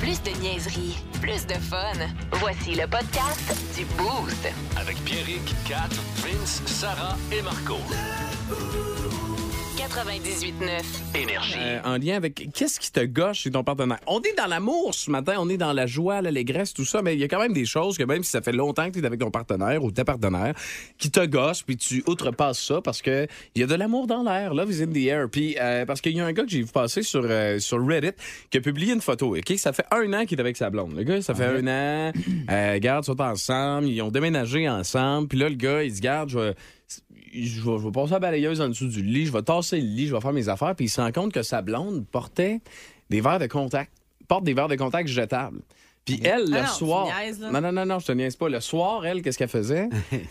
Plus de niaiserie, plus de fun. Voici le podcast du Boost. Avec Pierrick, Kat, Vince, Sarah et Marco. 98.9. Énergie. Euh, en lien avec qu'est-ce qui te gâche chez ton partenaire. On est dans l'amour ce matin, on est dans la joie, l'allégresse, tout ça, mais il y a quand même des choses que même si ça fait longtemps que tu es avec ton partenaire ou ta partenaire, qui te gâchent, puis tu outrepasses ça parce que il y a de l'amour dans l'air, love is in the air. Puis euh, parce qu'il y a un gars que j'ai vu passer sur, euh, sur Reddit qui a publié une photo, OK? Ça fait un an qu'il est avec sa blonde. Le gars, ça fait un an, euh, garde, ils sont ensemble, ils ont déménagé ensemble, puis là, le gars, il se garde, je vais- je vais, je vais passer la balayeuse en dessous du lit, je vais tasser le lit, je vais faire mes affaires, puis il se rend compte que sa blonde portait des verres de contact, porte des verres de contact jetables. Puis elle, le Ah non, tu soir. niaises, là. non, non, non, non, je te niaise pas. Le soir, elle, qu'est-ce qu'elle faisait?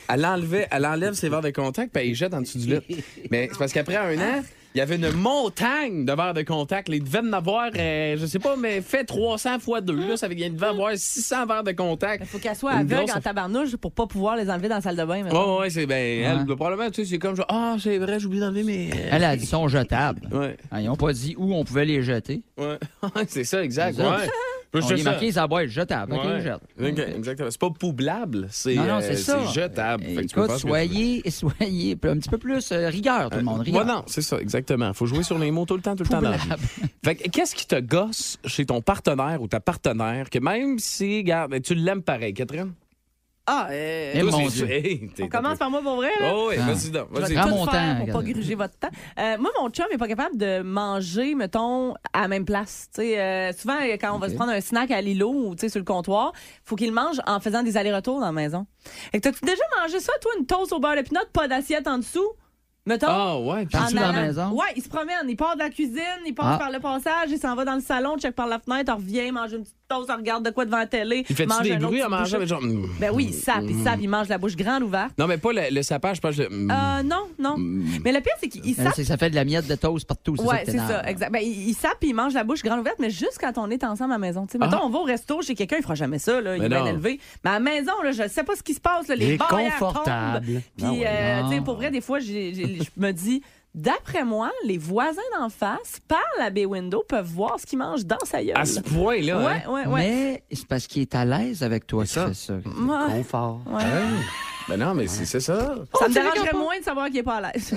Elle enlevait, elle enlève ses verres de contact, puis elle les jette en dessous du lit. Mais c'est parce qu'après un an, il y avait une montagne de verres de contact. Il devait en avoir, euh, je sais pas, mais fait 300 fois 2. Là, ça veut dire qu'il devait avoir 600 verres de contact. Faut qu'elle soit Une aveugle grosse en tabarnouche pour pas pouvoir les enlever dans la salle de bain. maintenant. Hein? Ouais, ouais, c'est ben, elle, le problème, tu sais, c'est comme genre, ah, c'est vrai, j'ai oublié d'enlever mes. Elle a dit sont jetables. Ouais, Ah, Ils n'ont pas dit où on pouvait les jeter. ouais, c'est ça, exact. Les autres. Ouais. On les marqué ça boîte jetable. OK, Ouais. jette. Ok, exactement. C'est pas poublable, c'est Non, non, euh, c'est ça. c'est jetable. Fait que tu peux faire Écoute, ce que tu soyez, soyez un petit peu plus euh, rigueur, tout le monde. veux. Rigueur. Ouais, non, c'est ça, exactement. Faut jouer sur les mots tout le temps, tout le temps. dans la vie. Poublable. Fait que, qu'est-ce qui te gosse chez ton partenaire ou ta partenaire que même si, regarde, ben, tu l'aimes pareil, Catherine? Ah, euh, Eh, Toi, mon c'est- Dieu. Hey, t'es- on commence par moi pour vrai, là. Oh, oui, Ah. vas-y donc, Je vais vas-y. tout Prends mon faire temps, pour pas regarde. gruger votre temps. Euh, moi, mon chum n'est pas capable de manger, mettons, à la même place. Tu sais, euh, souvent, euh, quand on va Ok. se prendre un snack à l'îlot ou tu sais, sur le comptoir, faut qu'il mange en faisant des allers-retours dans la maison. Et t'as déjà mangé ça, toi, une toast au beurre de pinot, pas d'assiette en dessous? Mettons. Ah, ouais, puis- En dessous de la allant- maison? Ouais, il se promène. Il part de la cuisine, il passe Ah. par le passage, il s'en va dans le salon, check par la fenêtre, il revient, mange une petite toast, il regarde de quoi devant la télé. il fait-tu mange des un autre bruits à petit manger? bouchon. mais genre, mm. Ben oui, il sape, il Mm. sape, il mange la bouche grande ouverte. Non, mais pas le, le sapage, je pense que le- mm. Euh, non, non. Mm. Mais le pire, c'est qu'il Mais là, sape. Euh, c'est que ça fait de la miette de toast partout. c'est Ouais, que c'est t'énerve. ça, exact. Ben, il, il sape puis il mange la bouche grande ouverte, mais juste quand on est ensemble à la maison. Tu sais, mettons, Ah. on va au resto chez quelqu'un, il fera jamais ça, là, il Mais est bien non. élevé. Mais à la maison, là, je sais pas ce qui se passe, là, les Il est barrières confortable. tombent. Puis, Ah ouais. euh, Non. tu sais, pour vrai, des fois, j'ai- j'ai- je me dis, d'après moi, les voisins d'en face, par la bay window, peuvent voir ce qu'ils mangent dans sa gueule. à ce point-là, hein? ouais, ouais, ouais. Mais c'est parce qu'il est à l'aise avec toi qui ça. fait ça. Moi, Confort. ouais. Ben non, mais c'est c'est ça. Ça me dérangerait moins de savoir qu'il est pas à l'aise.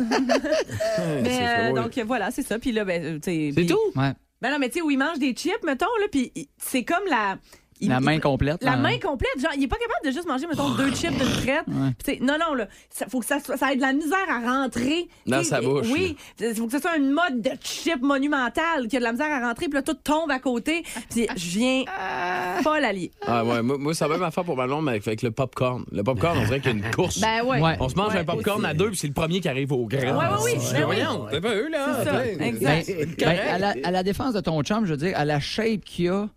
C'est mais ça, euh, ouais. donc voilà, c'est ça. Puis là, ben, euh, tu sais, C'est puis- tout. Ouais. Ben non, mais tu sais, où il mange des chips, mettons, là, puis il- c'est comme la... il- La il- main complète. hein. La là. main complète, genre, il est pas capable de juste manger, mettons, deux chips d'une traite. Puis tu sais, Non, non, là, ça, faut que ça, soit- ça ait de la misère à rentrer. Dans Tu sais, sa bouche, Oui, il faut que ce soit un mode de chip monumental qui a de la misère à rentrer, puis là, tout tombe à côté. Puis je viens pas l'allier. Ah ouais, moi, moi, ça va même affaire pour ma blonde mais avec, avec le popcorn. Le popcorn, on dirait qu'il y a une course. Ben ouais. Ouais. on se mange ouais, un popcorn à deux, puis c'est le premier qui arrive au grand. Ouais, ouais, oui, Je dis, ben oui. voyons, t'as pas eu, là. hein, C'est ça, T'sais. exact. Ben, ben, à, la, à la défense de ton chum, je veux dire, à la shape qu'il a,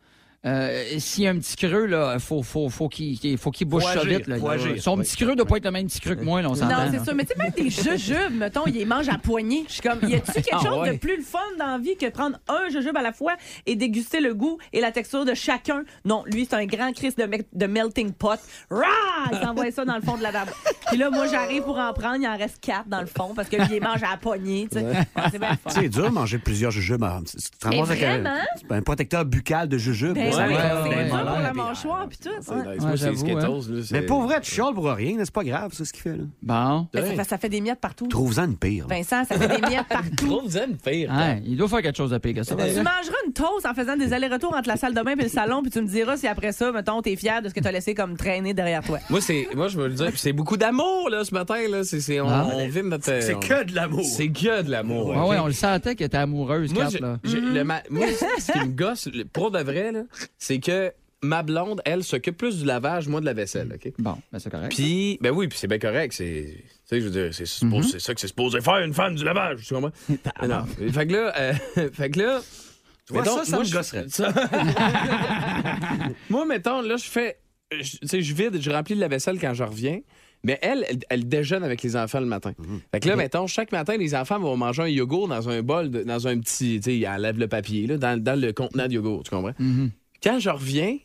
euh, s'il y a un petit creux, là, faut, faut, faut qu'il qu'il- faut qu'il bouge Faut ça agir, vite. Là, faut Il doit- agir. Son petit creux doit pas être le même petit creux que moi, là, on s'entend. Non, c'est là. sûr. Mais tu sais, même des jujubes, mettons, ils les mangent à poignée. Je suis comme, y a-tu quelque Ah chose ouais. de plus le fun dans la vie que prendre un jujube à la fois et déguster le goût et la texture de chacun? Non, lui, c'est un grand crise de, me- de melting pot. Rah! Il s'envoie ça dans le fond de la table. Puis là, moi, j'arrive pour en prendre, il en reste quatre dans le fond parce que lui, il les mange à la poignée. tu sais. Ouais, c'est bien le fun. C'est dur de manger plusieurs jujubes. en- Tu te ramasses avec vraiment? un, hein? c'est un protecteur buccal de jujubes. là, Ben ça oui, ouais, va. ouais, c'est ouais, dur pour ouais. la mâchoire, puis tout. hein. C'est ouais. nice. Ouais, Moi, c'est les j'avoue, Skittles, là. hein. Mais c'est- pour vrai, tu chiales pour rien. là, C'est pas grave, c'est ce qu'il fait. là. Bon. Mais Ben, ça, fait- ça fait des miettes partout. Trouve-en une pire. là. Vincent, ça fait des miettes partout. Trouve-en une pire. Ouais, il doit faire quelque chose de pire que ça. Tu mangeras une toast en faisant des allers-retours entre la salle de bain et le salon, puis tu me diras si après ça, mettons, t'es fier de ce que t'as laissé comme traîner derrière toi. Moi, c'est, moi, je veux le dire, puis c'est beaucoup d'amour, là, ce matin, là. C'est, c'est, on, Ah. on vit notre. C'est on- que de l'amour. C'est que de l'amour. Ah ok? ouais, on le sentait qu'elle était amoureuse, Moi, Kat, je- là. je- Mm-hmm. le ma- moi, ce qui me gosse, le- pour de vrai, là, c'est que ma blonde, elle, s'occupe plus du lavage, moi, de la vaisselle, OK? Bon, ben c'est correct. Puis, ben oui, puis c'est bien correct. C'est, tu sais, je veux dire, c'est, supposé- c'est ça que c'est supposé faire une femme du lavage, tu comprends? Mais non. Fait que là, euh, fait que là. vois, mettons, ça, ça me je- gosserait. ça- moi, mettons, là, je fais. je- Tu sais, je vide, je remplis de la vaisselle quand je reviens. Mais elle, elle, elle déjeune avec les enfants le matin. Mhm. Fait que là, mettons, chaque matin, les enfants vont manger un yogourt dans un bol, de- dans un petit. Tu sais, ils enlèvent le papier, là, dans, dans le contenant de yogourt, tu comprends? Mhm. Quand je reviens,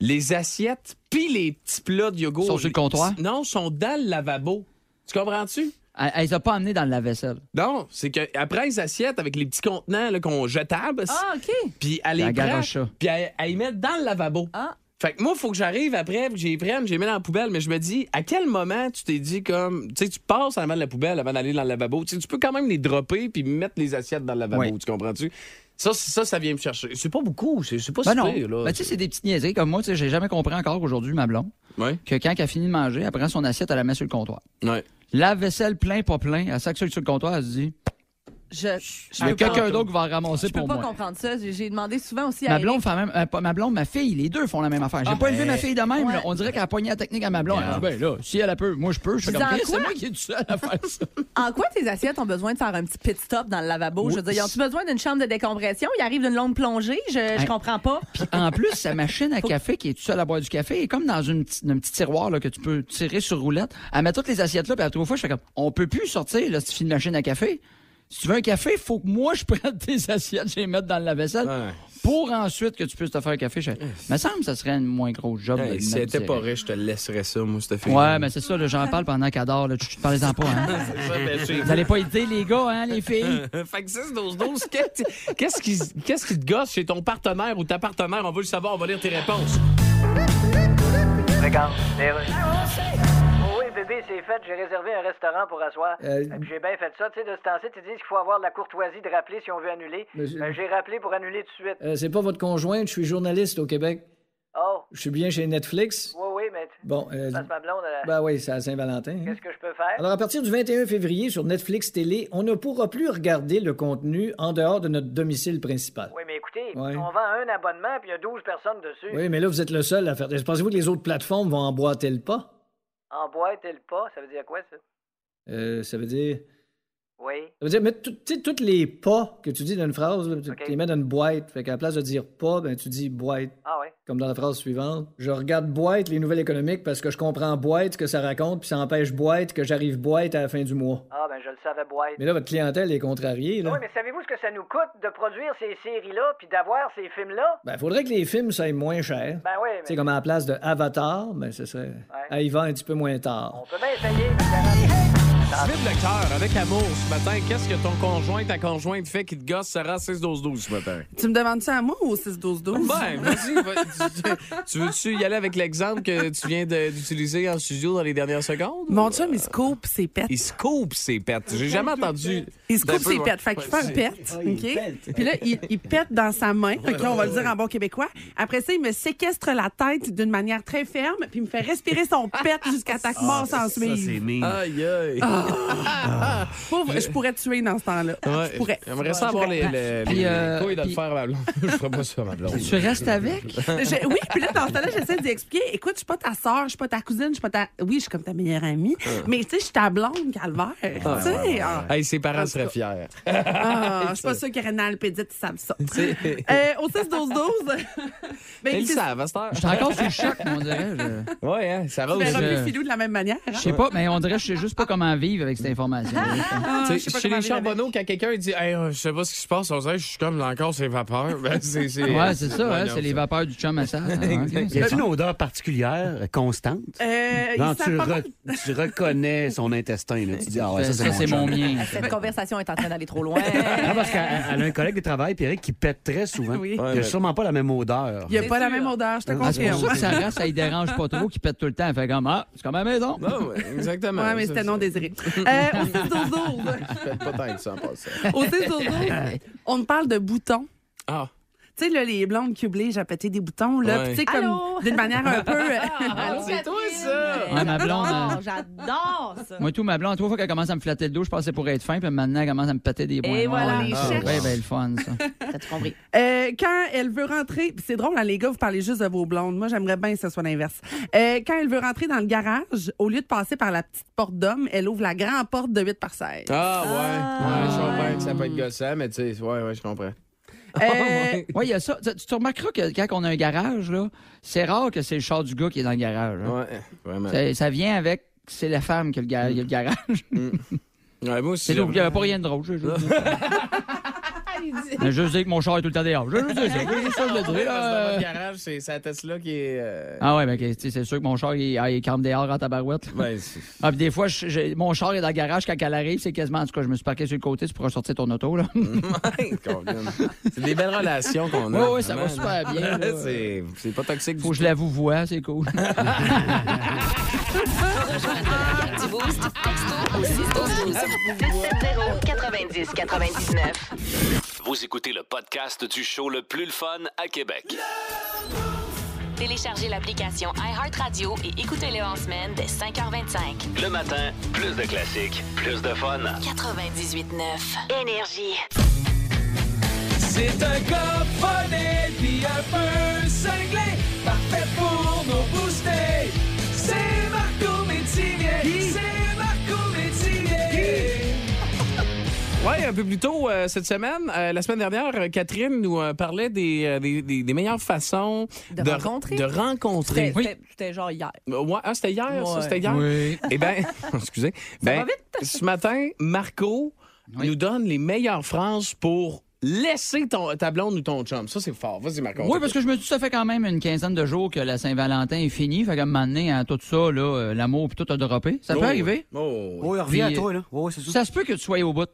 les assiettes puis les petits plats de yogourt. Sont sur le comptoir? Non, sont dans le lavabo. Tu comprends-tu? Elle, elle les a pas amenés dans le lave-vaisselle. Non, c'est qu'après les assiettes avec les petits contenants là, qu'on jetable, Ah, OK. puis elle les La prend, garoche ça. puis elle, elle les met dans le lavabo. Ah. Fait que moi, il faut que j'arrive après, puis j'y prenne, j'ai mis dans la poubelle, mais je me dis, à quel moment tu t'es dit comme, tu sais, tu passes en avant de la poubelle avant d'aller dans le lavabo, tu sais, tu peux quand même les dropper puis mettre les assiettes dans le lavabo, Oui. tu comprends-tu? Ça, c'est- ça, ça vient me chercher. C'est pas beaucoup, c'est c'est pas Ben super, non. là. Ben, tu sais, c'est des petites niaiseries comme moi. Tu sais, j'ai jamais compris encore aujourd'hui, ma blonde, Ouais, que quand elle a fini de manger, elle prend son assiette, elle la met sur le comptoir. ouais. Lave-vaisselle plein, pas plein, elle s'accule sur le comptoir, elle se dit, Je, il y a quelqu'un d'autre qui va la ramasser Je peux pour pas moi. comprendre ça. J'ai j'ai demandé souvent aussi à Ma Eric. blonde, fait même, euh, pas- ma blonde, ma fille, les deux font la même affaire. Ah, J'ai pas élevé ma fille de même. là. On dirait qu'elle a pogné la technique à ma blonde. Elle dit, ben là, si elle a peut, moi je peux. Je suis Vous comme, en Chris, quoi? c'est moi qui ai du seul à faire ça. En quoi tes assiettes ont besoin de faire un petit pit stop dans le lavabo? Je veux dire, ils ont-tu besoin d'une chambre de décompression? Ils arrivent d'une longue plongée? Je, je Hey. comprends pas. Puis en plus, sa machine à café qui est toute seule à boire du café est comme dans une petite- un petit tiroir là, que tu peux tirer sur roulette. Elle met toutes les assiettes là, puis à trois fois, je fais comme on peut plus sortir là, si tu de machine à café. Si tu veux un café, faut que moi je prenne tes assiettes, je les mette dans la vaisselle Ouais. pour ensuite que tu puisses te faire un café. Je fais, me semble que ça serait une moins grosse job. de Hey, le si mettre elle était pas direct. riche, je te laisserais ça, moi, cette fille. ben, Ouais, mais c'est ça, là, j'en parle pendant qu'elle dort. Là, tu te parles en pas. Hein? Vous allez pas aider les gars, hein, les filles? Fait que 6, 12, 12, qu'est- qu'est-ce qui, qu'est-ce qui te gosse chez ton partenaire ou ta partenaire? On veut le savoir, on va lire tes réponses. Oui, bébé, c'est fait. J'ai réservé un restaurant pour asseoir. Euh, Et puis J'ai bien fait ça. Tu sais, de ce temps-ci, tu dis qu'il faut avoir de la courtoisie de rappeler si on veut annuler. Ben, J'ai rappelé pour annuler tout de suite. Euh, c'est pas votre conjointe, je suis journaliste au Québec. Oh, Je suis bien chez Netflix. oui, oui, mais t- Bon, euh, parce que ma blonde, elle- ben oui, c'est à Saint-Valentin. hein. qu'est-ce que je peux faire? Alors, à partir du 21 février, sur Netflix Télé, on ne pourra plus regarder le contenu en dehors de notre domicile principal. Oui, mais écoutez, Ouais. on vend un abonnement puis il y a 12 personnes dessus. Oui, mais là, vous êtes le seul à faire. Pensez-vous que les autres plateformes vont emboîter le pas? En boîte et le pas, ça veut dire quoi, ça? Euh, ça veut dire. Oui. Ça veut dire, mettre tout- tu sais, tous les pas que tu dis dans une phrase, là, tu Ok. tu les mets dans une boîte. Fait qu'à la place de dire pas, ben, tu dis boîte. Ah, oui. Comme dans la phrase suivante. Je regarde boîte les nouvelles économiques parce que je comprends boîte ce que ça raconte, puis ça empêche boîte que j'arrive boîte à la fin du mois. Ah, ben, je le savais, boîte. Ah, Mais euh, là, votre clientèle est contrariée, là. Oui, mais savez-vous ce que ça nous coûte de produire ces séries-là puis d'avoir ces films-là? Ben, faudrait que les films soient moins chers. Ben oui, Tu sais, mais comme à la place de Avatar, ben, ce serait. à y va un petit peu moins tard. on peut bien essayer. mais- Vide le cœur avec amour ce matin. Qu'est-ce que ton conjoint, ta conjointe fait qui te gosse, Sarah, 6-12-12 ce matin? Tu me demandes ça à moi ou au 6-12-12? Ben, vas-y. va- tu- tu veux-tu y aller avec l'exemple que tu viens de- d'utiliser en studio dans les dernières secondes? Mon chum, il se coupe ses pets. Il se coupe ses pets. J'ai jamais entendu. Il se Ben, coupe peu, ses ouais. pètes. Fait qu'il Ouais, fait un c'est- pet. OK? Puis là, il, il pète dans sa main. OK, on va le dire en bon québécois. Après ça, il me séquestre la tête d'une manière très ferme, puis il me fait respirer son pet jusqu'à Ah, ta mort sans suivre. mignon. Aïe, aïe. Ah, Pauvre, je pourrais te tuer dans ce temps-là. Ouais, Je pourrais. J'aimerais ça avoir les, les, Puis, les euh, couilles de le puis- faire à ma blonde. Je ferais pas ça à ma blonde. tu restes avec? Je- oui, puis là, dans ce temps-là, j'essaie d'y expliquer. Écoute, je suis pas ta sœur, je suis pas ta cousine, je suis pas ta. Oui, je suis comme ta meilleure amie, Ah. mais tu sais, je suis ta blonde, calvaire. tu sais, ah, Hey, ses parents seraient fiers. ah, je suis pas sûre que Rénal Pédit, ils savent ça. Euh, au 6-12-12, ben, Ils le c'est- savent, à cette heure. Je suis encore sous le choc, moi, on dirait. Je- Ouais, hein, Sarah tu verras aussi. je- plus Filou de la même manière. hein. Je sais pas, mais on dirait que je sais juste pas comment vivre avec cette information. Ah, Tu je sais sais, pas comment Chez les vivre avec. charbonneaux, quand quelqu'un dit hey, euh, Je sais pas ce qui se passe, on dirait que je suis comme là encore ses vapeurs. Ben, c'est, c'est, Ouais, c'est ça, hein, voyons c'est les vapeurs du chum à ça. Ah, ok, Y a c'est une bon. odeur particulière euh, constante? Euh, ils Non, savent tu, pas re- tu reconnais son intestin. Là. Tu dis, ah ouais, ça, Ça, c'est mon mon chum. mien. Cette conversation est en train d'aller trop loin. Ah, parce qu'elle elle a un collègue de travail, Pierrick, qui pète très souvent. Oui. Il a sûrement pas la même odeur. Il n'y a C'est pas la sûr. même odeur, je te Ah, c'est pour ça confirme. que Sarah, ça y dérange pas trop, qu'il pète tout le temps. Elle fait comme, ah, c'est comme à la Non, maison. Bah ouais, exactement. Oui, mais Ça, c'était ça- non désiré. Euh, au 6-12-12, Faites pas tant que ça en passant. au 6-12-12, on me parle de boutons. Ah, Tu sais, là, les blondes cublées, j'ai pété des boutons, là. Ouais. Puis, tu sais, comme Allô? d'une manière un peu. Ah, c'est Catherine, toi, ça! Ouais, ma blonde, j'adore, euh, J'adore ça. Moi, tout ma blonde, trois fois qu'elle commence à me flatter le dos, je pensais pour être fin, puis maintenant, elle commence à me péter des bois. Et voilà, les Ah, cherches. Ouais, ben, le fun, ça. T'as-tu compris? Euh, quand elle veut rentrer, puis c'est drôle, hein, les gars, vous parlez juste de vos blondes. Moi, j'aimerais bien que ce soit l'inverse. Euh, quand elle veut rentrer dans le garage, au lieu de passer par la petite porte d'homme, elle ouvre la grande porte de 8 par 16. ah ouais. ouais. Je comprends que ça peut être gossant, mais tu sais, ouais, ouais, je comprends. Euh, Oui, il y a ça. Tu tu te remarqueras que quand on a un garage, là, c'est rare que c'est le char du gars qui est dans le garage. hein. Ouais, vraiment. Ça, ça vient avec. C'est la femme qui a le, ga- qui a le garage. Ouais, moi aussi. C'est j'aime- tout. Il n'y a pas rien de drôle. je- je- Ah, Mais je sais que mon char est tout le temps dehors. Je sais, ça, je sais ça, je le dis. Dans euh. votre garage, c'est c'est la Tesla qui est. euh, Ah ouais, mais que, tu sais, c'est sûr que mon char, il, ah, il campe dehors en tabarouette. là. ben, c'est- Ah, puis des fois, je- j'ai- mon char est dans le garage quand elle arrive, c'est quasiment. En tout cas, je me suis parqué sur le côté, c'est pour ressortir ton auto. Là. c'est des belles relations qu'on a. Ouais, ouais, ça va vraiment, super là. bien, là. C'est- C'est pas toxique. Faut que je l'avoue, voix, c'est cool. Rejoignez la gang du Boost. Texto au 612 770 90 99. Vous écoutez le podcast du show le plus le fun à Québec. Téléchargez l'application iHeartRadio et écoutez-le en semaine dès 5h25. Le matin, plus de classiques, plus de fun. 98.9. Énergie. C'est un gars funny, puis un peu cinglé, parfait pour nos booster. C'est Marco Métivier, c'est Marco Métivier. Oui, un peu plus tôt euh, cette semaine, euh, la semaine dernière, euh, Catherine nous euh, parlait des, euh, des, des- des meilleures façons De rencontrer. de rencontrer. C'était c'était genre hier. Ouais, ah, c'était hier, ça, Ouais. c'était hier. Oui. Eh bien, excusez. Ben, va vite. ce matin, Marco Oui. nous donne les meilleures phrases pour laisser ton, ta blonde ou ton chum. Ça, c'est fort. Vas-y, Marco. Oui, parce que je me dis, ça fait quand même une quinzaine de jours que la Saint-Valentin est finie. Fait qu'à un moment donné, à tout ça, là, euh, l'amour puis tout a droppé. Ça peut arriver. Oh, oui. Oui, reviens à Puis, toi, là. Oui, c'est ça. Ça se peut que tu sois au bout.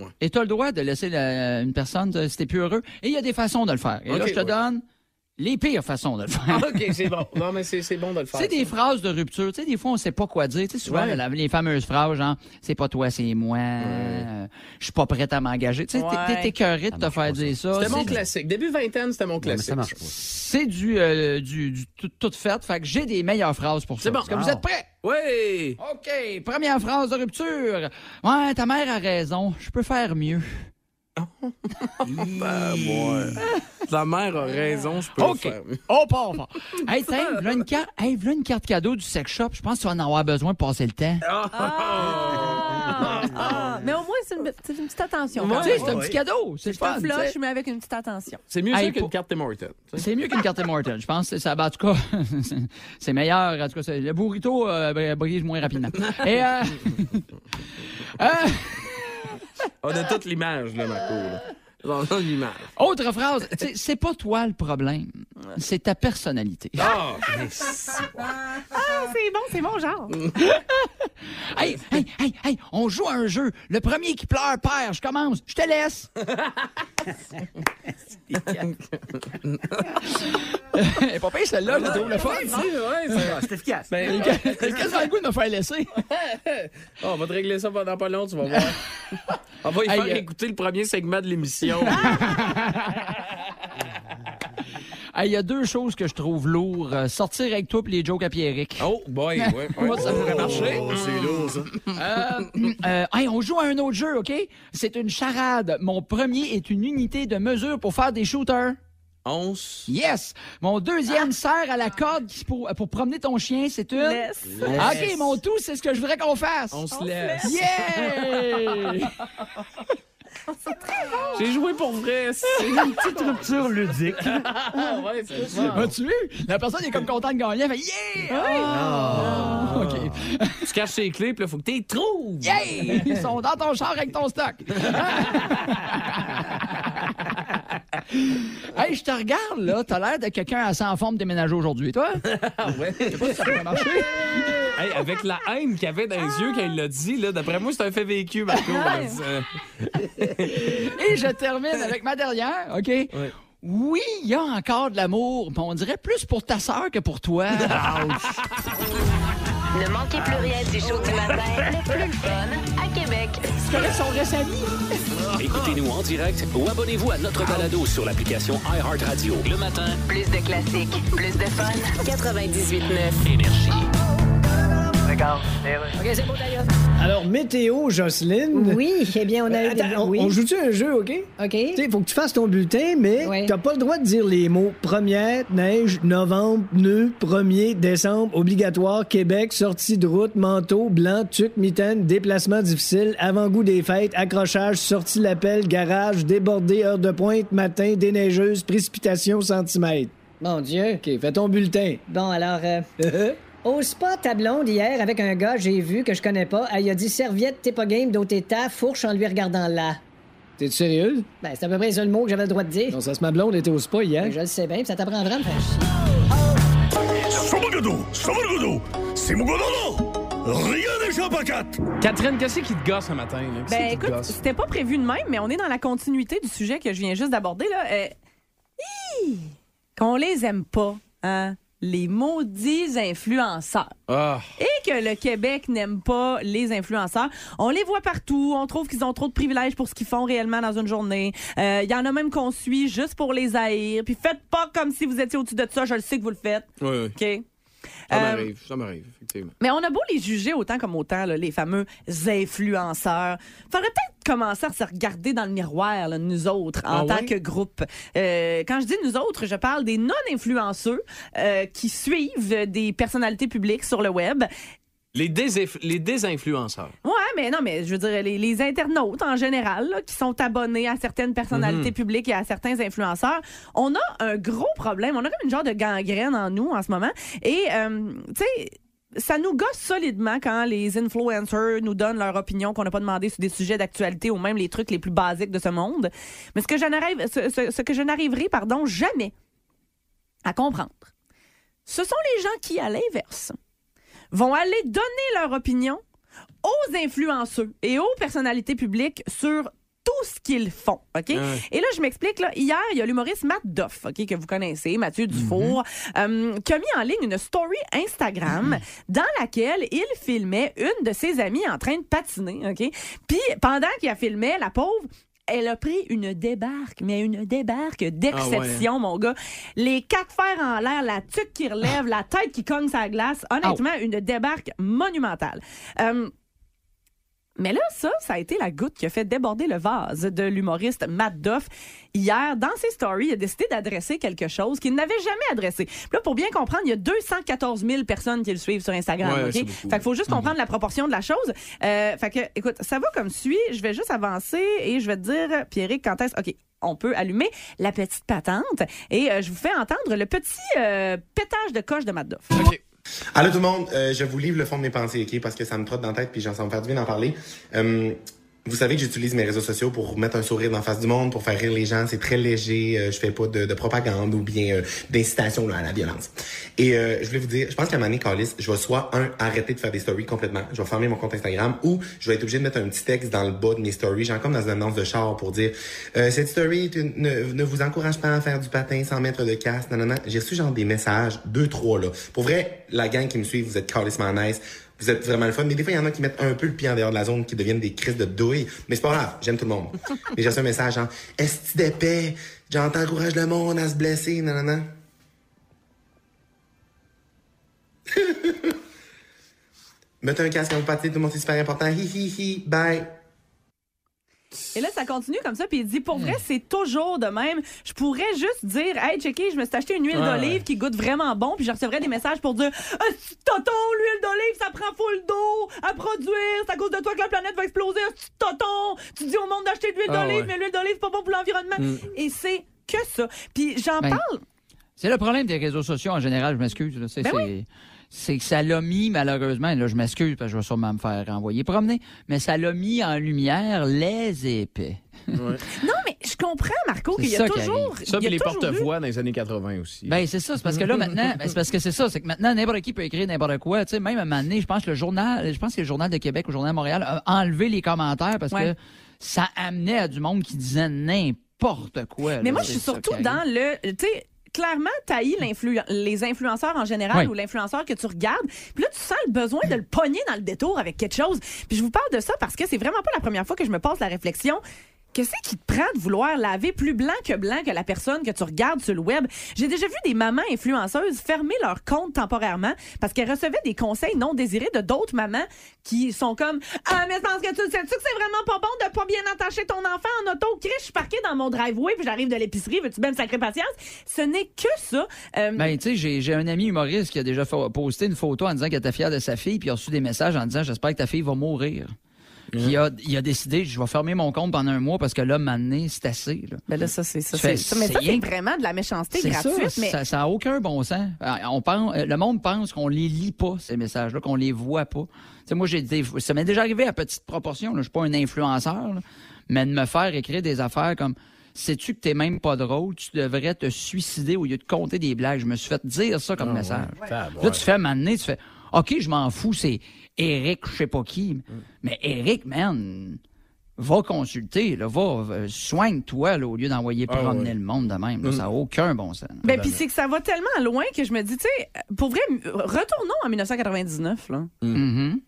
Ouais. Et tu as le droit de laisser la- une personne euh, si t'es plus heureux. Et il y a des façons de le faire. Et là, Ok, je te ouais. donne les pires façons de le faire. Ah, OK, c'est bon. Non, mais c'est c'est bon de le faire. C'est des phrases de rupture. Tu sais, des fois, on sait pas quoi dire. Tu sais, souvent, Ah, Ouais. la- les fameuses phrases, genre, c'est pas toi, c'est moi. euh, Je suis pas prête à m'engager. Tu sais, t'es- Ouais. t'es écœuré de te faire dire ça. C'était mon C'est- classique. Début vingtaine, c'était mon Ouais, mais classique. ça marche pas. C'est du, euh, du, du tout, tout fait. Fait que j'ai des meilleures phrases pour ça. C'est bon. Ah. Est-ce que vous êtes prêts? Oui! OK, première phrase de rupture. Ouais, ta mère a raison. Je peux faire mieux. Ben, Ta mère a raison, je peux OK. le faire. On part fort. Hey, tiens, v'là une, carte- hey, v'là une carte cadeau du sex shop. Je pense que tu vas en avoir besoin pour passer le temps. Ah! Ah! Mais au moins, c'est une, c'est une petite attention. quand tu même. sais, c'est un petit cadeau. C'est le Je te fun. tu flush, sais. mais avec une petite attention. C'est mieux ça Hey, qu'une pour- carte Tim Hortons, tu sais. C'est mieux qu'une carte Immortal. Je pense que ça bat. En tout cas, c'est- c'est meilleur. En tout cas, c'est- le burrito euh, br- brise moins rapidement. Et, euh, euh, On a toute l'image, là, Marco. là. On a l'image. Autre phrase, Tu sais, c'est pas toi le problème, c'est ta personnalité. Ah! Ah, c'est bon, c'est mon genre. Mm. Hey, hey, hey, hey, on joue à un jeu. Le premier qui pleure perd. Je commence, je te laisse. Elle est pas pire celle-là, je trouve le fun. Ah, c'est efficace. Qu'est-ce que ça a le goût de me faire laisser? Ah, on va te régler ça pendant pas long, tu vas voir. Ah! On va y Hey, faire euh, écouter le premier segment de l'émission. Hey, Il y a deux choses que je trouve lourdes. Euh, Sortir avec toi pis les jokes à Pierrick. oh, boy, ouais. ouais. Moi, ça pourrait marcher. Oh, c'est lourd, ça. Euh, euh, hey, on joue à un autre jeu, OK? C'est une charade. Mon premier est une unité de mesure pour faire des shooters. Once. Yes! Mon deuxième sert à la corde qui- pour, pour promener ton chien, c'est une. Laisse. Ah, OK, mon tout, c'est ce que je voudrais qu'on fasse. On se laisse. Yeah! J'ai joué pour vrai. c'est- Petite rupture ludique. Ah, ouais, c'est ça. As-tu vu? La personne est comme contente de gagner. Elle fait yeah! Ah. OK. Tu caches tes clés, puis là, faut que t'y trouves. Yeah! Ils sont dans ton char avec ton stock. hey, je te regarde, là. T'as l'air de quelqu'un assez en forme déménager aujourd'hui, toi? Ah, ouais. Ça pourrait marcher. Hey, avec la haine qu'il avait dans les yeux quand il l'a dit, là, d'après moi, c'est un fait vécu, Marco. Ah, là. Euh, Et je termine avec ma dernière, OK? Oui, il y a encore de l'amour, mais on dirait plus pour ta sœur que pour toi. Ne manquez plus rien du show du matin, le plus le fun à Québec. Écoutez-nous en direct ou abonnez-vous à notre balado sur l'application iHeartRadio. Le matin, Plus de classiques, plus de fun. 98.9. énergie. Alors, météo, Jocelyne. Oui, eh bien, on Euh, a eu des... Attends, on, oui. on joue-tu un jeu, OK? OK. Il faut que tu fasses ton bulletin, mais Ouais. t'as pas le droit de dire les mots première, neige, novembre, nœud, 1er, décembre, obligatoire, Québec, sortie de route, manteau, blanc, tuc, mitaine, déplacement difficile, avant-goût des fêtes, accrochage, sortie l'appel, garage, débordé, heure de pointe, matin, déneigeuse, précipitation, centimètres. Mon Dieu. OK, fais ton bulletin. Bon, alors, euh, au spa Tablonde, hier, avec un gars, j'ai vu que je connais pas, elle, il a dit serviette, t'es pas game, d'autres états, fourche en lui regardant là. T'es sérieuse? Ben, c'est à peu près le seul mot que j'avais le droit de dire. Ben, Non, ça se ma blonde était au spa hier. Je le sais bien, puis ça t'apprendra à me faire chier. C'est mon Rien n'échappe à quatre! Catherine, qu'est-ce qui te gosse ce matin? là? Qu'est-ce Ben qui te écoute, gosse? c'était pas prévu de même, mais on est dans la continuité du sujet que je viens juste d'aborder. là. Euh, hi! Qu'on les aime pas, hein? Les maudits influenceurs. Ah. Et que le Québec n'aime pas les influenceurs. On les voit partout. On trouve qu'ils ont trop de privilèges pour ce qu'ils font réellement dans une journée. Euh, Il y en a même qu'on suit juste pour les haïr. Puis faites pas comme si vous étiez au-dessus de ça. Je le sais que vous le faites. Oui, oui. OK? Ça Euh, m'arrive, ça m'arrive, effectivement. mais on a beau les juger autant comme autant, là, les fameux influenceurs. Faudrait peut-être commencer à se regarder dans le miroir, là, nous autres, en Ah tant ouais? que groupe. Euh, quand je dis nous autres, je parle des non-influenceux euh, qui suivent des personnalités publiques sur le web. Les, désinf- les désinfluenceurs. Ouais, mais non, mais je veux dire, les, les internautes en général, là, qui sont abonnés à certaines personnalités Mhm. publiques et à certains influenceurs, on a un gros problème. On a comme une genre de gangrène en nous en ce moment. Et, euh, tu sais, ça nous gosse solidement quand les influencers nous donnent leur opinion qu'on n'a pas demandé sur des sujets d'actualité ou même les trucs les plus basiques de ce monde. Mais ce que je n'arrive, ce- ce- ce que je n'arriverai, pardon, jamais à comprendre, ce sont les gens qui, à l'inverse, vont aller donner leur opinion aux influenceurs et aux personnalités publiques sur tout ce qu'ils font, OK? Et là, je m'explique, là, hier, il y a l'humoriste Matt Doff, OK, que vous connaissez, Mathieu Dufour, euh, qui a mis en ligne une story Instagram dans laquelle il filmait une de ses amies en train de patiner, OK? Puis, pendant qu'il a filmé, la pauvre, elle a pris une débarque, mais une débarque d'exception, mon gars. Les quatre fers en l'air, la tuque qui relève, la tête qui cogne sa glace. Honnêtement, une débarque monumentale. Euh, mais là, ça, ça a été la goutte qui a fait déborder le vase de l'humoriste Matt Doff. Hier, dans ses stories, il a décidé d'adresser quelque chose qu'il n'avait jamais adressé. Puis là, pour bien comprendre, il y a 214 000 personnes qui le suivent sur Instagram. Ouais, OK? c'est beaucoup. Mhm. Fait qu'il faut juste comprendre la proportion de la chose. Euh, fait que, écoute, ça va comme suit. Je vais juste avancer et je vais te dire, Pierrick, quand est-ce... OK, on peut allumer la petite patente et euh, je vous fais entendre le petit euh, pétage de coche de Matt Doff. Allô tout le monde, Euh, je vous livre le fond de mes pensées, ok, parce que ça me trotte dans la tête, puis j'en ça me faire du bien d'en parler. Euh, vous savez que j'utilise mes réseaux sociaux pour mettre un sourire dans la face du monde, pour faire rire les gens. C'est très léger. Euh, je fais pas de, de propagande ou bien euh, d'incitation là, à la violence. Et euh, je voulais vous dire, je pense qu'à Mané Calis, je vais soit un arrêter de faire des stories complètement. Je vais fermer mon compte Instagram ou je vais être obligé de mettre un petit texte dans le bas de mes stories, genre comme dans une annonce de char pour dire euh, cette story est une- ne, ne vous encourage pas à faire du patin sans mettre de casse. Non non non. J'ai reçu genre des messages deux trois là. Pour vrai, la gang qui me suit, vous êtes calissement nice. Vous êtes vraiment le fun. Mais des fois, il y en a qui mettent un peu le pied en dehors de la zone, qui deviennent des crises de douille. Mais c'est pas grave, j'aime tout le monde. Mais j'ai reçu un message genre, est-ce que d'épais? Genre, t'encourages le monde à se blesser, non, non, non. Mettez un casque quand vous partez, tout le monde, c'est super important. Hi, hi, hi, bye. Et là, ça continue comme ça, puis il dit pour Hmm. vrai, c'est toujours de même. Je pourrais juste dire, hey, checké, je me suis acheté une huile Ouais, d'olive ouais. qui goûte vraiment bon, puis je recevrais des messages pour dire, Ah, c'est tonton, l'huile d'olive, ça prend full d'eau à produire, c'est à cause de toi que la planète va exploser, Ah, c'est tonton, tu dis au monde d'acheter de l'huile Ah, d'olive, ouais. mais l'huile d'olive, c'est pas bon pour l'environnement. Mm. Et c'est que ça. Puis j'en Ben, parle. C'est le problème des réseaux sociaux en général, je m'excuse. là, C'est Ben c'est- c'est que ça l'a mis, malheureusement, et là, je m'excuse parce que je vais sûrement me faire envoyer promener, mais ça l'a mis en lumière les épées. Non, mais je comprends, Marco, C'est qu'il y ça a qui toujours. arrive. il Ça, y puis a les toujours eu- porte-voix dans les années 80 aussi. Ben c'est ça, c'est parce que là maintenant, ben, c'est parce que c'est ça, c'est que maintenant n'importe qui peut écrire n'importe quoi, tu sais même à un moment donné, je pense que le journal, je pense que le journal de Québec ou le journal de Montréal a enlevé les commentaires parce Ouais. que ça amenait à du monde qui disait n'importe quoi. Mais là, moi, je c'est suis ça surtout qui dans arrive. le. Tu sais, clairement, t'haïs l'influ- les influenceurs en général Oui. ou l'influenceur que tu regardes. Puis là, tu sens le besoin de le pogner dans le détour avec quelque chose. Puis je vous parle de ça parce que c'est vraiment pas la première fois que je me passe la réflexion. Qu'est-ce qui te prend de vouloir laver plus blanc que blanc que la personne que tu regardes sur le web? J'ai déjà vu des mamans influenceuses fermer leur compte temporairement parce qu'elles recevaient des conseils non désirés de d'autres mamans qui sont comme Ah, mais je pense que tu sais que c'est vraiment pas bon de pas bien attacher ton enfant en auto. Chris, je suis parquée dans mon driveway puis j'arrive de l'épicerie. Veux-tu bien me sacrer patience? Ce n'est que ça. Euh, Ben, tu sais, j'ai- j'ai un ami humoriste qui a déjà fa- posté une photo en disant qu'il était fier de sa fille, puis il a reçu des messages en disant J'espère que ta fille va mourir. Puis Il, a, il a décidé Je vais fermer mon compte pendant un mois parce que là, maintenant, c'est assez. Là. Ben là, ça, c'est ça. Tu fais, c'est- ça- mais ça, rien c'est vraiment de la méchanceté C'est gratuite. ça, mais... ça, ça a aucun bon sens. Euh, On pense, euh, le monde pense qu'on les lit pas ces messages-là, qu'on les voit pas. Tu sais, moi, j'ai des- ça m'est déjà arrivé à petite proportion. là. Je suis pas un influenceur, là. mais de me faire écrire des affaires comme Sais-tu que t'es même pas drôle, tu devrais te suicider au lieu de compter des blagues. Je me suis fait dire ça comme message. Ah ouais. Là, tu fais m'amener, tu fais OK, je m'en fous, c'est Eric, je sais pas qui. Mais Eric, man, va consulter, là, va, euh, soigne-toi, là, au lieu d'envoyer Ah, promener ouais. le monde de même. Mm. là. ça n'a aucun bon sens. Ben, puis c'est que ça va tellement loin que je me dis, tu sais, pour vrai, retournons en 1999, là.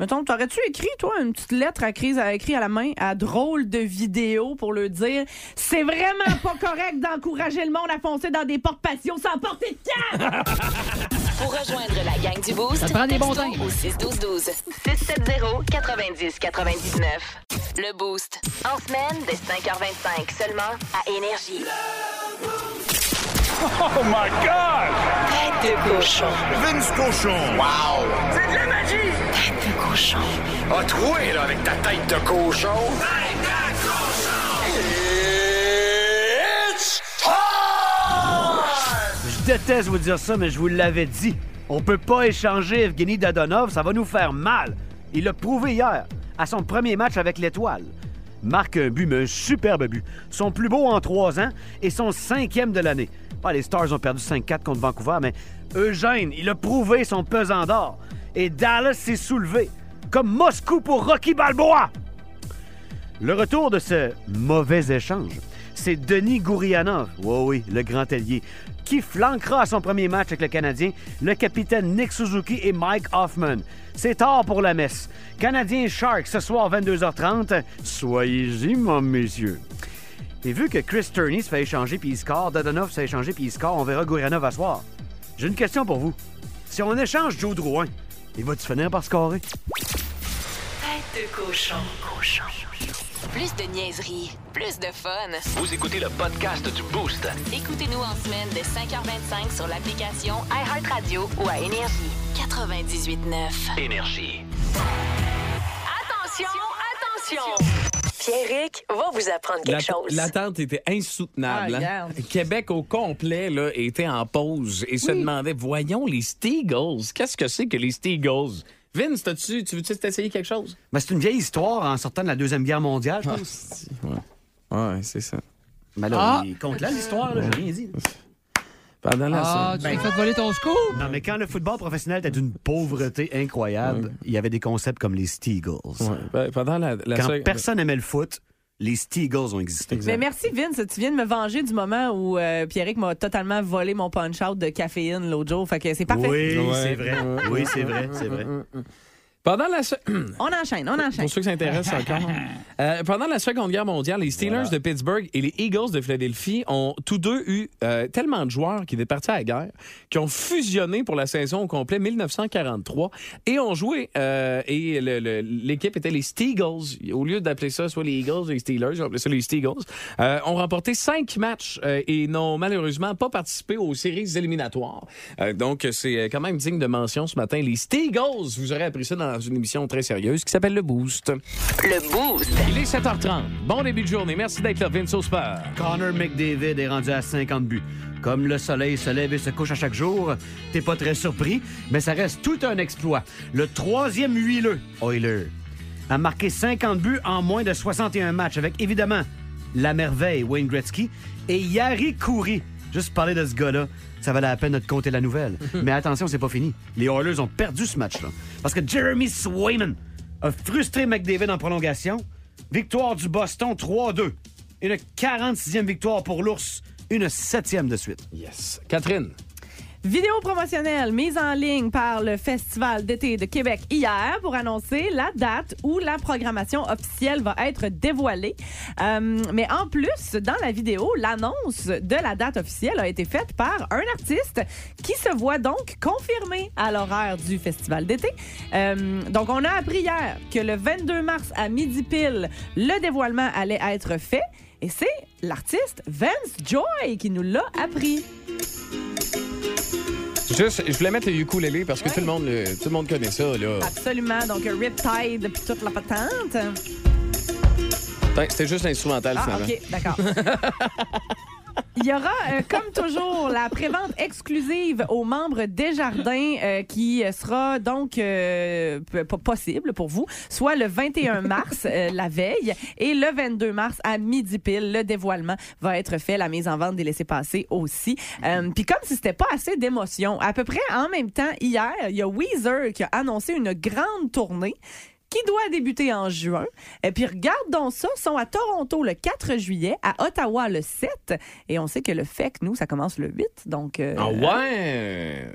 Mettons, t'aurais-tu écrit, toi, une petite lettre à crise à écrit à la main à drôle de vidéo pour le dire c'est vraiment pas correct d'encourager le monde à foncer dans des portes patios sans porter de casque! Pour rejoindre la gang du Boost, Ça prend des bons texto temps. au 612-12. 670-90-99. Le Boost. En semaine, dès 5h25, seulement à Énergie. Oh my God! Tête de cochon. Vince cochon. Wow! C'est de la magie! Tête de cochon. A troué, là, avec ta tête de cochon. Tête de cochon! It's Je déteste vous dire ça, mais je vous l'avais dit. On peut pas échanger Evgeny Dadonov, ça va nous faire mal. Il l'a prouvé hier, à son premier match avec l'Étoile. Marque un but, mais un superbe but. Son plus beau en trois ans et son cinquième de l'année. Ah, les Stars ont perdu 5-4 contre Vancouver, mais Eugène, il a prouvé son pesant d'or. Et Dallas s'est soulevé, comme Moscou pour Rocky Balboa. Le retour de ce mauvais échange, c'est Denis Gourianov, oui, oui, le grand ailier, qui flanquera à son premier match avec le Canadien le capitaine Nick Suzuki et Mike Hoffman. C'est tard pour la messe. Canadien Shark ce soir 22h30. Soyez-y, mon messieurs. Et vu que Chris Turney se fait échanger puis il score, Dadonov se fait échanger puis il score, on verra Gourianov à soir. J'ai une question pour vous. Si on échange Joe Drouin, il va-tu finir par scorer? Tête de cochon. Plus de niaiserie, plus de fun. Vous écoutez le podcast du Boost. Écoutez-nous en semaine dès 5h25 sur l'application iHeartRadio ou à Énergie. 98.9. Énergie. Attention, attention! Pierrick va vous apprendre quelque L'at- chose. L'attente était insoutenable. Ah, hein. regarde. Québec au complet là, était en pause et se demandait voyons, les Steagles, qu'est-ce que c'est que les Steagles? Vince, t'as-tu- tu veux-tu t'essayer quelque chose? Ben, c'est une vieille histoire en sortant de la Deuxième Guerre mondiale, je pense. Ouais, c'est ça. Mais Ben là, Ah! il compte là l'histoire, là, j'ai rien dit. Pendant Ah, tu t'es fait voler ton scoop? Non, mais quand le football professionnel était d'une pauvreté incroyable, il y avait des concepts comme les Steagles. pendant la, quand seconde- personne aimait le foot, les Steagles ont existé. Mais Ben, merci Vince, tu viens de me venger du moment où euh, Pierrick m'a totalement volé mon punch-out de caféine l'autre jour. Fait que c'est parfait. Oui, Ouais. c'est vrai. Oui, c'est vrai, c'est vrai. Pendant la se- On enchaîne, on enchaîne. Pour ceux qui s'intéressent encore. Euh, pendant la Seconde Guerre mondiale, les Steelers de Pittsburgh et les Eagles de Philadelphie ont tous deux eu euh, tellement de joueurs qui étaient partis à la guerre, qui ont fusionné pour la saison au complet 1943 et ont joué. euh, et le- le- l'équipe était les Steagles. Au lieu d'appeler ça soit les Eagles ou les Steelers, ils ont appelé ça les Steagles. Euh, ont remporté cinq matchs euh, et n'ont malheureusement pas participé aux séries éliminatoires. Euh, donc, c'est quand même digne de mention ce matin. Les Steagles, vous aurez appris ça dans une émission très sérieuse qui s'appelle Le Boost. Le Boost. Il est 7h30. Bon début de journée. Merci d'être là, Vince Super. Connor McDavid est rendu à 50 buts. Comme le soleil se lève et se couche à chaque jour, t'es pas très surpris, mais ça reste tout un exploit. Le troisième huileux, Oiler, a marqué 50 buts en moins de 61 matchs avec évidemment la merveille Wayne Gretzky et Yari Kouri. Juste parler de ce gars-là, ça valait la peine de te compter la nouvelle. mais attention, c'est pas fini. Les Oilers ont perdu ce match-là parce que Jeremy Swayman a frustré McDavid en prolongation. Victoire du Boston 3-2. Une 46e victoire pour l'Ours. Une 7e de suite. Yes. Catherine. Vidéo promotionnelle mise en ligne par le Festival d'été de Québec hier pour annoncer la date où la programmation officielle va être dévoilée. Euh, mais en plus, dans la vidéo, l'annonce de la date officielle a été faite par un artiste qui se voit donc confirmé à l'horaire du Festival d'été. Euh, donc, on a appris hier que le 22 mars à midi pile, le dévoilement allait être fait. Et c'est l'artiste Vance Joy qui nous l'a appris. Juste, je voulais mettre le ukulélé parce que tout, le monde, le- tout le monde connaît ça. Là. Absolument. Donc, un Riptide puis toute la patente. Attends, C'était juste l'instrumental, Ah, finalement. OK, d'accord. Il y aura, euh, comme toujours, la prévente exclusive aux membres Desjardins euh, qui sera donc euh, p- p- possible pour vous, soit le 21 mars, euh, la veille, et le 22 mars à midi pile. Le dévoilement va être fait, la mise en vente des laissés-passer aussi. Euh, Puis comme si c'était pas assez d'émotion, à peu près en même temps, hier, il y a Weezer qui a annoncé une grande tournée qui doit débuter en juin. Et puis regarde donc ça, ils sont à Toronto le 4 juillet, à Ottawa le 7, et on sait que le FEC, nous, ça commence le 8, donc... euh, Ah ouais!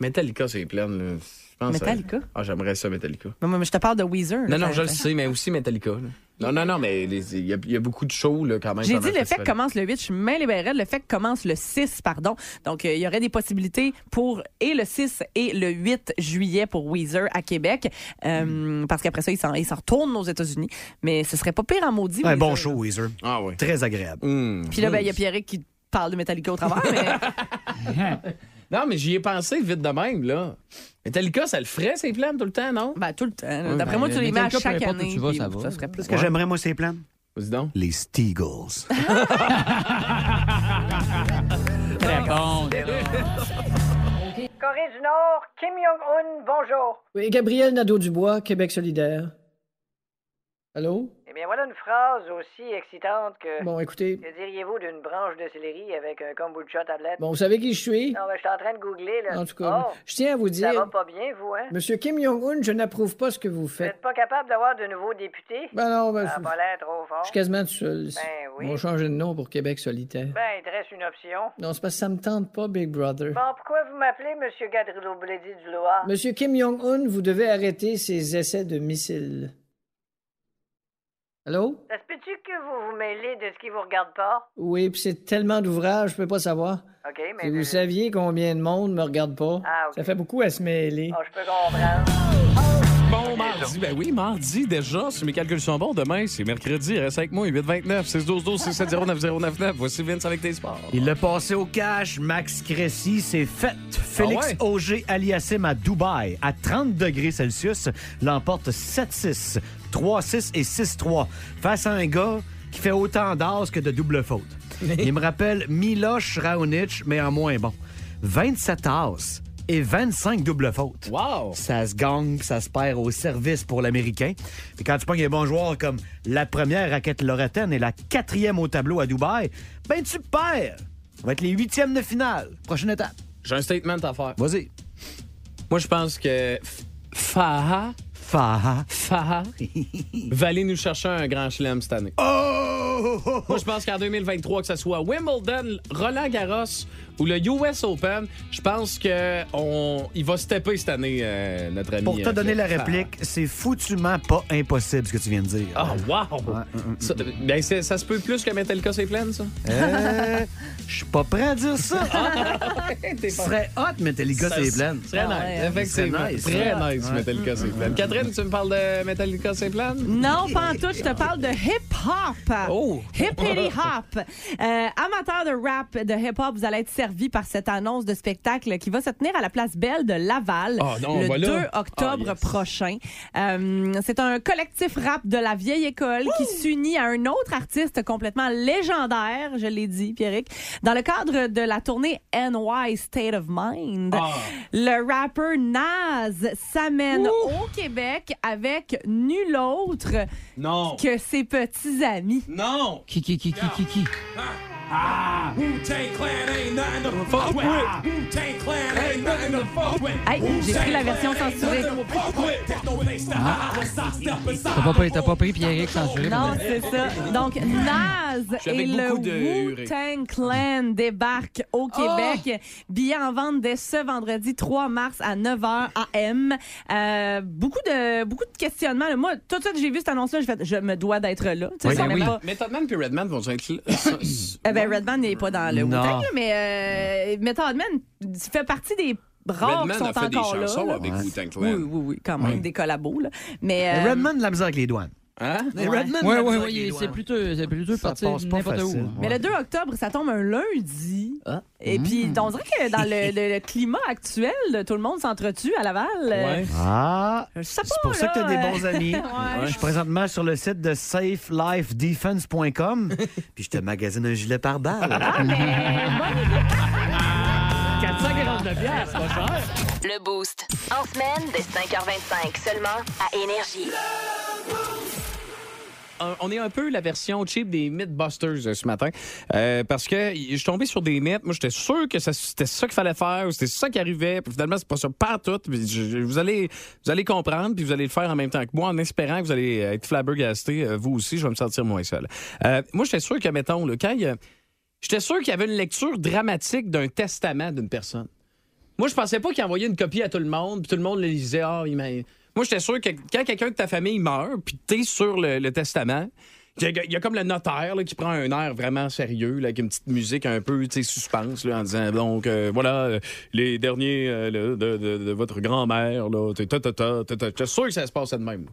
Metallica, c'est plein. là. Je pense à- Metallica? Ah, j'aimerais ça, Metallica. Non, mais je te parle de Weezer. là, Non, non, ça- je le sais, mais aussi Metallica. là. Non, non, non, mais les- il y, a- il y a beaucoup de shows là, quand même. J'ai pendant dit le FEC festival. commence le 8, je suis main libérée, le FEC commence le 6, pardon. Donc, euh, il y aurait des possibilités pour et le 6 et le 8 juillet pour Weezer à Québec, Euh, Hmm. parce qu'après ça, ils s'en ils s'en retournent aux États-Unis, mais ce serait pas pire en maudit. Un bon Weezer. show, Weezer. Très agréable. Puis là, ben, il y a Pierrick qui parle de Metallica au travers, mais... Non, mais j'y ai pensé vite de même, là. Metallica, ça le ferait, ces plans, tout le temps, non? Ben, tout le temps. là. D'après moi, tu les mets à chaque année, Tu vas, puis ça va. ça serait plus- Ce que j'aimerais, moi, c'est plein. Les Steagles. Très bon. Corée du Nord, Kim Jong-un, bonjour. Oui, Gabriel Nadeau-Dubois, Québec solidaire. Allô? Eh bien, voilà une phrase aussi excitante que. Bon, écoutez. Que diriez-vous d'une branche de céleri avec un kombucha tablette? Bon, vous savez qui je suis? Oh, Non, mais je suis en train de googler, là. En tout cas, Oh, je tiens à vous Ben, ça va dire, pas bien, vous, hein? Monsieur Kim Jong-un, je n'approuve pas ce que vous Vous faites. n'êtes pas capable d'avoir de nouveaux députés? Ben non, ben, Ça a je- pas l'air trop fort. Je suis quasiment tout seul. ici. ah, Ben oui. On va changer de nom pour Québec solitaire. Ben, il te reste une option. Non, c'est parce que ça me tente pas, Big Brother. Bon, pourquoi vous m'appelez Monsieur Gadrillo Bledy du Loir? Monsieur Kim Jong-un, vous devez arrêter ses essais de missiles. Allô? Ça se peut-tu que vous vous mêlez de ce qui vous regarde pas? Oui, puis c'est tellement d'ouvrages, je peux pas savoir. OK, mais. Si vous saviez combien de monde me regarde pas, Ah, ok. Oh, ça fait beaucoup à se mêler. Je peux comprendre. Bon mardi, ben oui, mardi déjà, si mes calculs sont bons, demain c'est mercredi, reste avec moi, 829 612 12 670 Voici Vince avec tes sports. Il l'a passé au cash. Max Cressy, c'est fait. Félix ouais? Auger Aliassim à Dubaï, à 30 degrés Celsius, l'emporte 7-6, 3-6 et 6-3 face à un gars qui fait autant d'as que de double faute. Il me rappelle Miloš Raonic, mais en moins bon. 27 as et 25 double fautes. Wow! Oh. Ça se gagne, puis ça se perd au service pour l'Américain. Puis quand tu pognes des bons joueurs comme la première raquette loretaine et la quatrième au tableau à Dubaï, ben tu perds. Ça va être les huitièmes de finale. Prochaine étape. J'ai un statement à faire. Vas-y. Moi je pense que F- Faha, Faha, Faha va aller nous chercher un grand chelem cette année. Oh! Moi je pense qu'en 2023, que ce soit Wimbledon, Roland Garros ou le US Open, je pense que on, il va stepper cette année, euh, notre ami. Pour te euh, donner la Faha. réplique, c'est foutument pas impossible ce que tu viens de dire. Ah, wow! Ça, ben, c'est- ça se peut plus que Metallica, c'est plein, ça? Euh, Je suis pas prêt à dire ça. Ah. T'es Ce serait hot, Metallica, Ça, c'est plein. Très nice, effectivement. Très hein. nice, Très ouais. nice, Ouais. Metallica, c'est plein. Catherine, tu me parles de Metallica, c'est plein? Non, pas en tout. Je te parle de hip-hop. Oh. Hip-hop. Euh, amateur de rap, de hip-hop, vous allez être servi par cette annonce de spectacle qui va se tenir à la place Belle de Laval Ah, non, le voilà. 2 octobre prochain. Euh, c'est un collectif rap de la vieille école qui s'unit à un autre artiste complètement légendaire, je l'ai dit, Pierrick, dans le cadre de la tournée NY State of Mind. Ah. Le rappeur Nas s'amène au Québec avec nul autre Non. que ses petits amis. Non. Qui, qui, qui, qui, qui, qui? Ah, Wu-Tang Clan ain't nothing to fuck with. Wu-Tang Clan ain't nothing to fuck with. Hey, j'ai pris la version censurée. T'as pas, pris- t'as pas pris Pierrick censuré? Non, c'est mais- ça. Donc, Naz Je suis et avec le beaucoup de hurées. Wu-Tang Clan débarquent au Québec. Billets en vente dès ce vendredi 3 mars à 9h AM. Euh, beaucoup, de, beaucoup de questionnements. là. Moi, tout de suite, j'ai vu cette annonce-là, j'ai fait « Je me dois d'être là. » Tu sais, ben ça m'est pas- Method Man puis Redman vont être là. Eh ben, Redman n'est pas dans le Non. Wu-Tang, là, mais euh, Method Man fait partie des rares Redman qui sont a fait des encore là, chansons là. avec Wu-Tang Clan. Ben Oui, oui, oui, quand même, des collabos. Là. Mais, Mais euh, Redman, de la misère avec les douanes. Hein? Les Redmond, Ouais, ouais, ouais, il- c'est plutôt, c'est plutôt parti passe pas n'importe où. facile. Mais le 2 octobre, ça tombe un lundi. Et puis, on dirait que dans le, le- le climat actuel, tout le monde s'entretue à Laval. Euh, Ah! Je sais pas, C'est pour ça que tu as des là. bons amis. Ouais. Je suis présentement sur le site de safelifedefense.com. Puis je te magasine un gilet par balle. pas cher. Le Boost. En semaine, dès 5h25, seulement à Énergie. Un- on est un peu la version cheap des Mythbusters euh, ce matin. Euh, parce que y- je suis tombé sur des mythes. Moi, j'étais sûr que ça- c'était ça qu'il fallait faire ou c'était ça qui arrivait. Puis finalement, c'est pas ça, pas en tout. Puis je- je- vous, allez, vous allez comprendre, puis vous allez le faire en même temps que moi, en espérant que vous allez être flabbergasté. euh, Vous aussi, je vais me sentir moins seul. Euh, moi, j'étais sûr que, mettons, là, quand il y a- J'étais sûr qu'il y avait une lecture dramatique d'un testament d'une personne. Moi, je pensais pas qu'il envoyait une copie à tout le monde, puis tout le monde le lisait. Ah, il m'a- Moi, j'étais sûr que quand quelqu'un de ta famille meurt, puis t'es sur le, le testament, il y, a- il y a comme le notaire là, qui prend un air vraiment sérieux, là, avec une petite musique un peu tu sais, suspense, là, en disant Donc, euh, voilà, euh, les derniers euh, le- de, de- de votre grand-mère, là, ta, ta, ta, ta, ta, ta. J'étais sûr que ça se passait de même. là.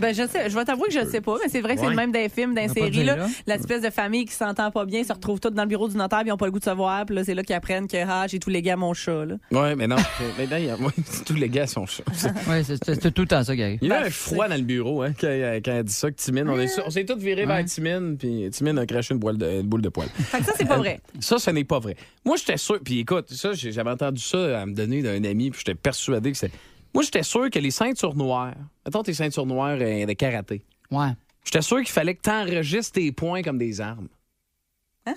Ben, je sais, je vais t'avouer que je sais pas, mais c'est vrai que c'est Ouais. le même des films, On des va pas le séries, dire, là. là. L'espèce de famille qui s'entend pas bien, se retrouve toutes dans le bureau du notaire, puis ils ont pas le goût de se voir, puis là, c'est là qu'ils apprennent que, ah, j'ai tous les gars mon chat, là. Ouais, mais non. mais non, il y a- ouais, tous les gars sont chauds. Oui, c'était tout le temps ça, Gary. Il y a eu un froid dans le bureau hein, quand, quand elle dit ça, que Timine. On, est- on s'est tous virés vers Timine, puis Timine a craché une, boule de, une boule de poil. Ça, Euh, c'est pas vrai. Ça, ce n'est pas vrai. Moi, j'étais sûr. Puis écoute, ça, j'ai- j'avais entendu ça à me donner d'un ami, puis j'étais persuadé que c'est. Moi, j'étais sûr que les ceintures noires. Mettons tes ceintures noires euh, de karaté. Ouais. J'étais sûr qu'il fallait que tu enregistres tes points comme des armes. Hein?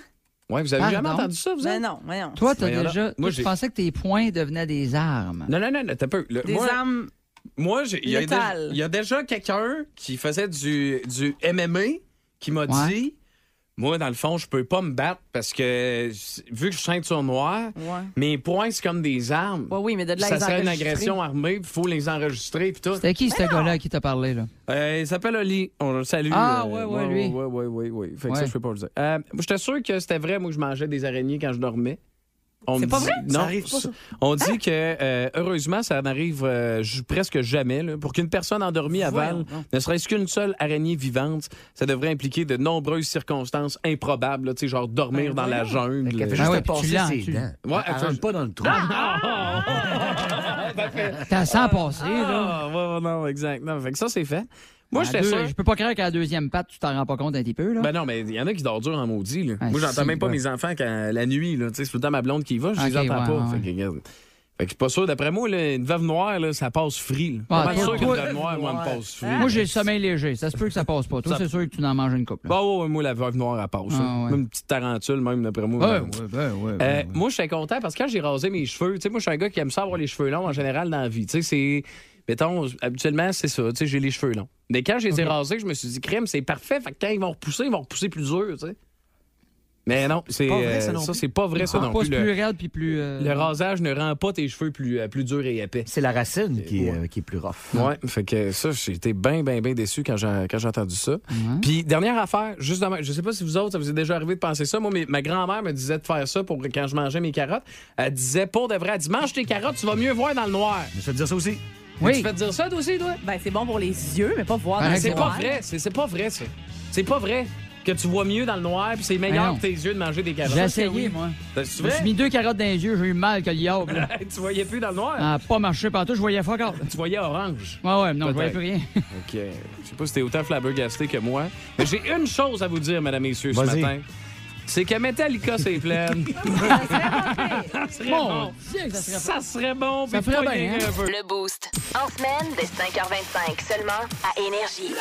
Ouais, vous avez jamais Pardon? entendu ça, vous Ben non, voyons. Toi, t'as Voyons là. déjà. Moi, Moi, je j'ai- pensais que tes poings devenaient des armes. Non, non, non, non, t'as peu. Le- Des moi, armes Moi, j'ai- il y, a déjà- létales. il y a déjà quelqu'un qui faisait du, du MMA qui m'a Ouais. dit Moi, dans le fond, je peux pas me battre parce que j- vu que je suis ceinture noire, Ouais. mes points, c'est comme des armes. Ouais, oui, mais de là, ça les serait une enregistrer. agression armée, il faut les enregistrer. puis tout. C'était qui ce gars-là à qui t'as parlé, là? Euh, il s'appelle Oli. On le salue. Ah, euh, ouais, ouais, lui. Ouais, ouais, ouais, ouais. Fait que ça, Ouais. je peux pas le dire. Euh, J'étais sûr que c'était vrai, moi, que je mangeais des araignées quand je dormais. On C'est me pas dit- vrai? Non, Ça arrive pas, ça. Ah! On dit que, euh, heureusement, ça n'arrive euh, ju- presque jamais. là. Pour qu'une personne endormie avale, Voyons donc. ne serait-ce qu'une seule araignée vivante, ça devrait impliquer de nombreuses circonstances improbables, là, tu sais, genre dormir Ben dans la jungle. qu'elle fait juste Ah ouais, te puis tu passer l'en- ses tu- dents. Ouais, Elle absolument. rentre pas dans le trou. T'as sans passer, là. Ah, ouais, ouais, non, exact. Non, fait que ça, c'est fait. Moi, À j'étais Ben, deux- sûr. Je peux pas croire qu'à la deuxième patte, tu t'en rends pas compte un petit peu, là. Ben non, mais il y en a qui dorment dur en maudit. là. Ah, Moi, j'entends si, même pas ouais. mes enfants quand, la nuit. là. Tu sais, C'est tout le temps ma blonde qui y va, je les Ok, entends ouais, pas. ouais. Fait que, regarde. Fait que je suis pas sûr. D'après moi, là, une veuve noire, là, ça passe free. là. Ah, Pas mal toi, sûr qu'une toi- veuve noire, moi, me passe free. Moi, j'ai le sommeil léger. Ça se peut que ça passe pas. Toi, Ça- c'est sûr que tu n'en manges une couple. Bah ouais, ouais, moi, la veuve noire, elle passe. Ah, hein. ouais. Même une petite tarentule, même, d'après moi. Ouais, ben, ouais, ben, ouais, ouais. Euh, Moi, j'étais content parce que quand j'ai rasé mes cheveux, tu sais, moi, je suis un gars qui aime ça avoir les cheveux longs en général dans la vie. Tu sais, c'est. Mettons, habituellement, c'est ça. Tu sais, j'ai les cheveux longs. Mais quand je les ai rasés, je me suis dit, crème, c'est parfait. Fait que quand ils vont repousser, ils vont repousser plus dur, tu sais. Mais non, c'est. pas vrai, ça euh, non Ça, plus. c'est pas vrai, ça Ah, non pas plus. plus Le, raide puis plus. euh, le rasage ne rend pas tes cheveux plus, euh, plus durs et épais. C'est la racine qui, euh, qui est plus rough. Ouais, fait que ça, j'ai été bien, bien, bien déçu quand j'ai, quand j'ai entendu ça. Mhm. Puis, dernière affaire, juste dans ma- je sais pas si vous autres, ça vous est déjà arrivé de penser ça. Moi, mes- ma grand-mère me disait de faire ça pour quand je mangeais mes carottes. Elle disait, pour de vrai, elle dit, mange tes carottes, tu vas mieux voir dans le noir. Je vais te dire ça aussi. Oui. Tu fais dire ça, toi aussi, toi? Ben, c'est bon pour les yeux, mais pas voir dans Mais le Ben, c'est pas noir. vrai, c'est, c'est pas vrai, ça. C'est pas vrai que tu vois mieux dans le noir, puis c'est Ben meilleur non. pour tes yeux de manger des carottes. J'ai essayé, moi. C'est Je me vrai? suis mis deux carottes dans les yeux, j'ai eu mal que le diable. là. tu voyais plus dans le noir? Ah, pas marché partout, je voyais fuck all. Tu voyais orange. Ouais, ouais, non, je voyais Peut-être. plus rien. OK. Je sais pas si t'es autant flabbergasté que moi, mais j'ai une chose à vous dire, mesdames, messieurs, ce Vas-y. matin. C'est que Metallica, c'est pleine. Ça serait bon. Ça serait bon. Ça puis ferait bien, pas rien hein? un peu. Le Boost. En semaine, dès 5h25, seulement à Énergie.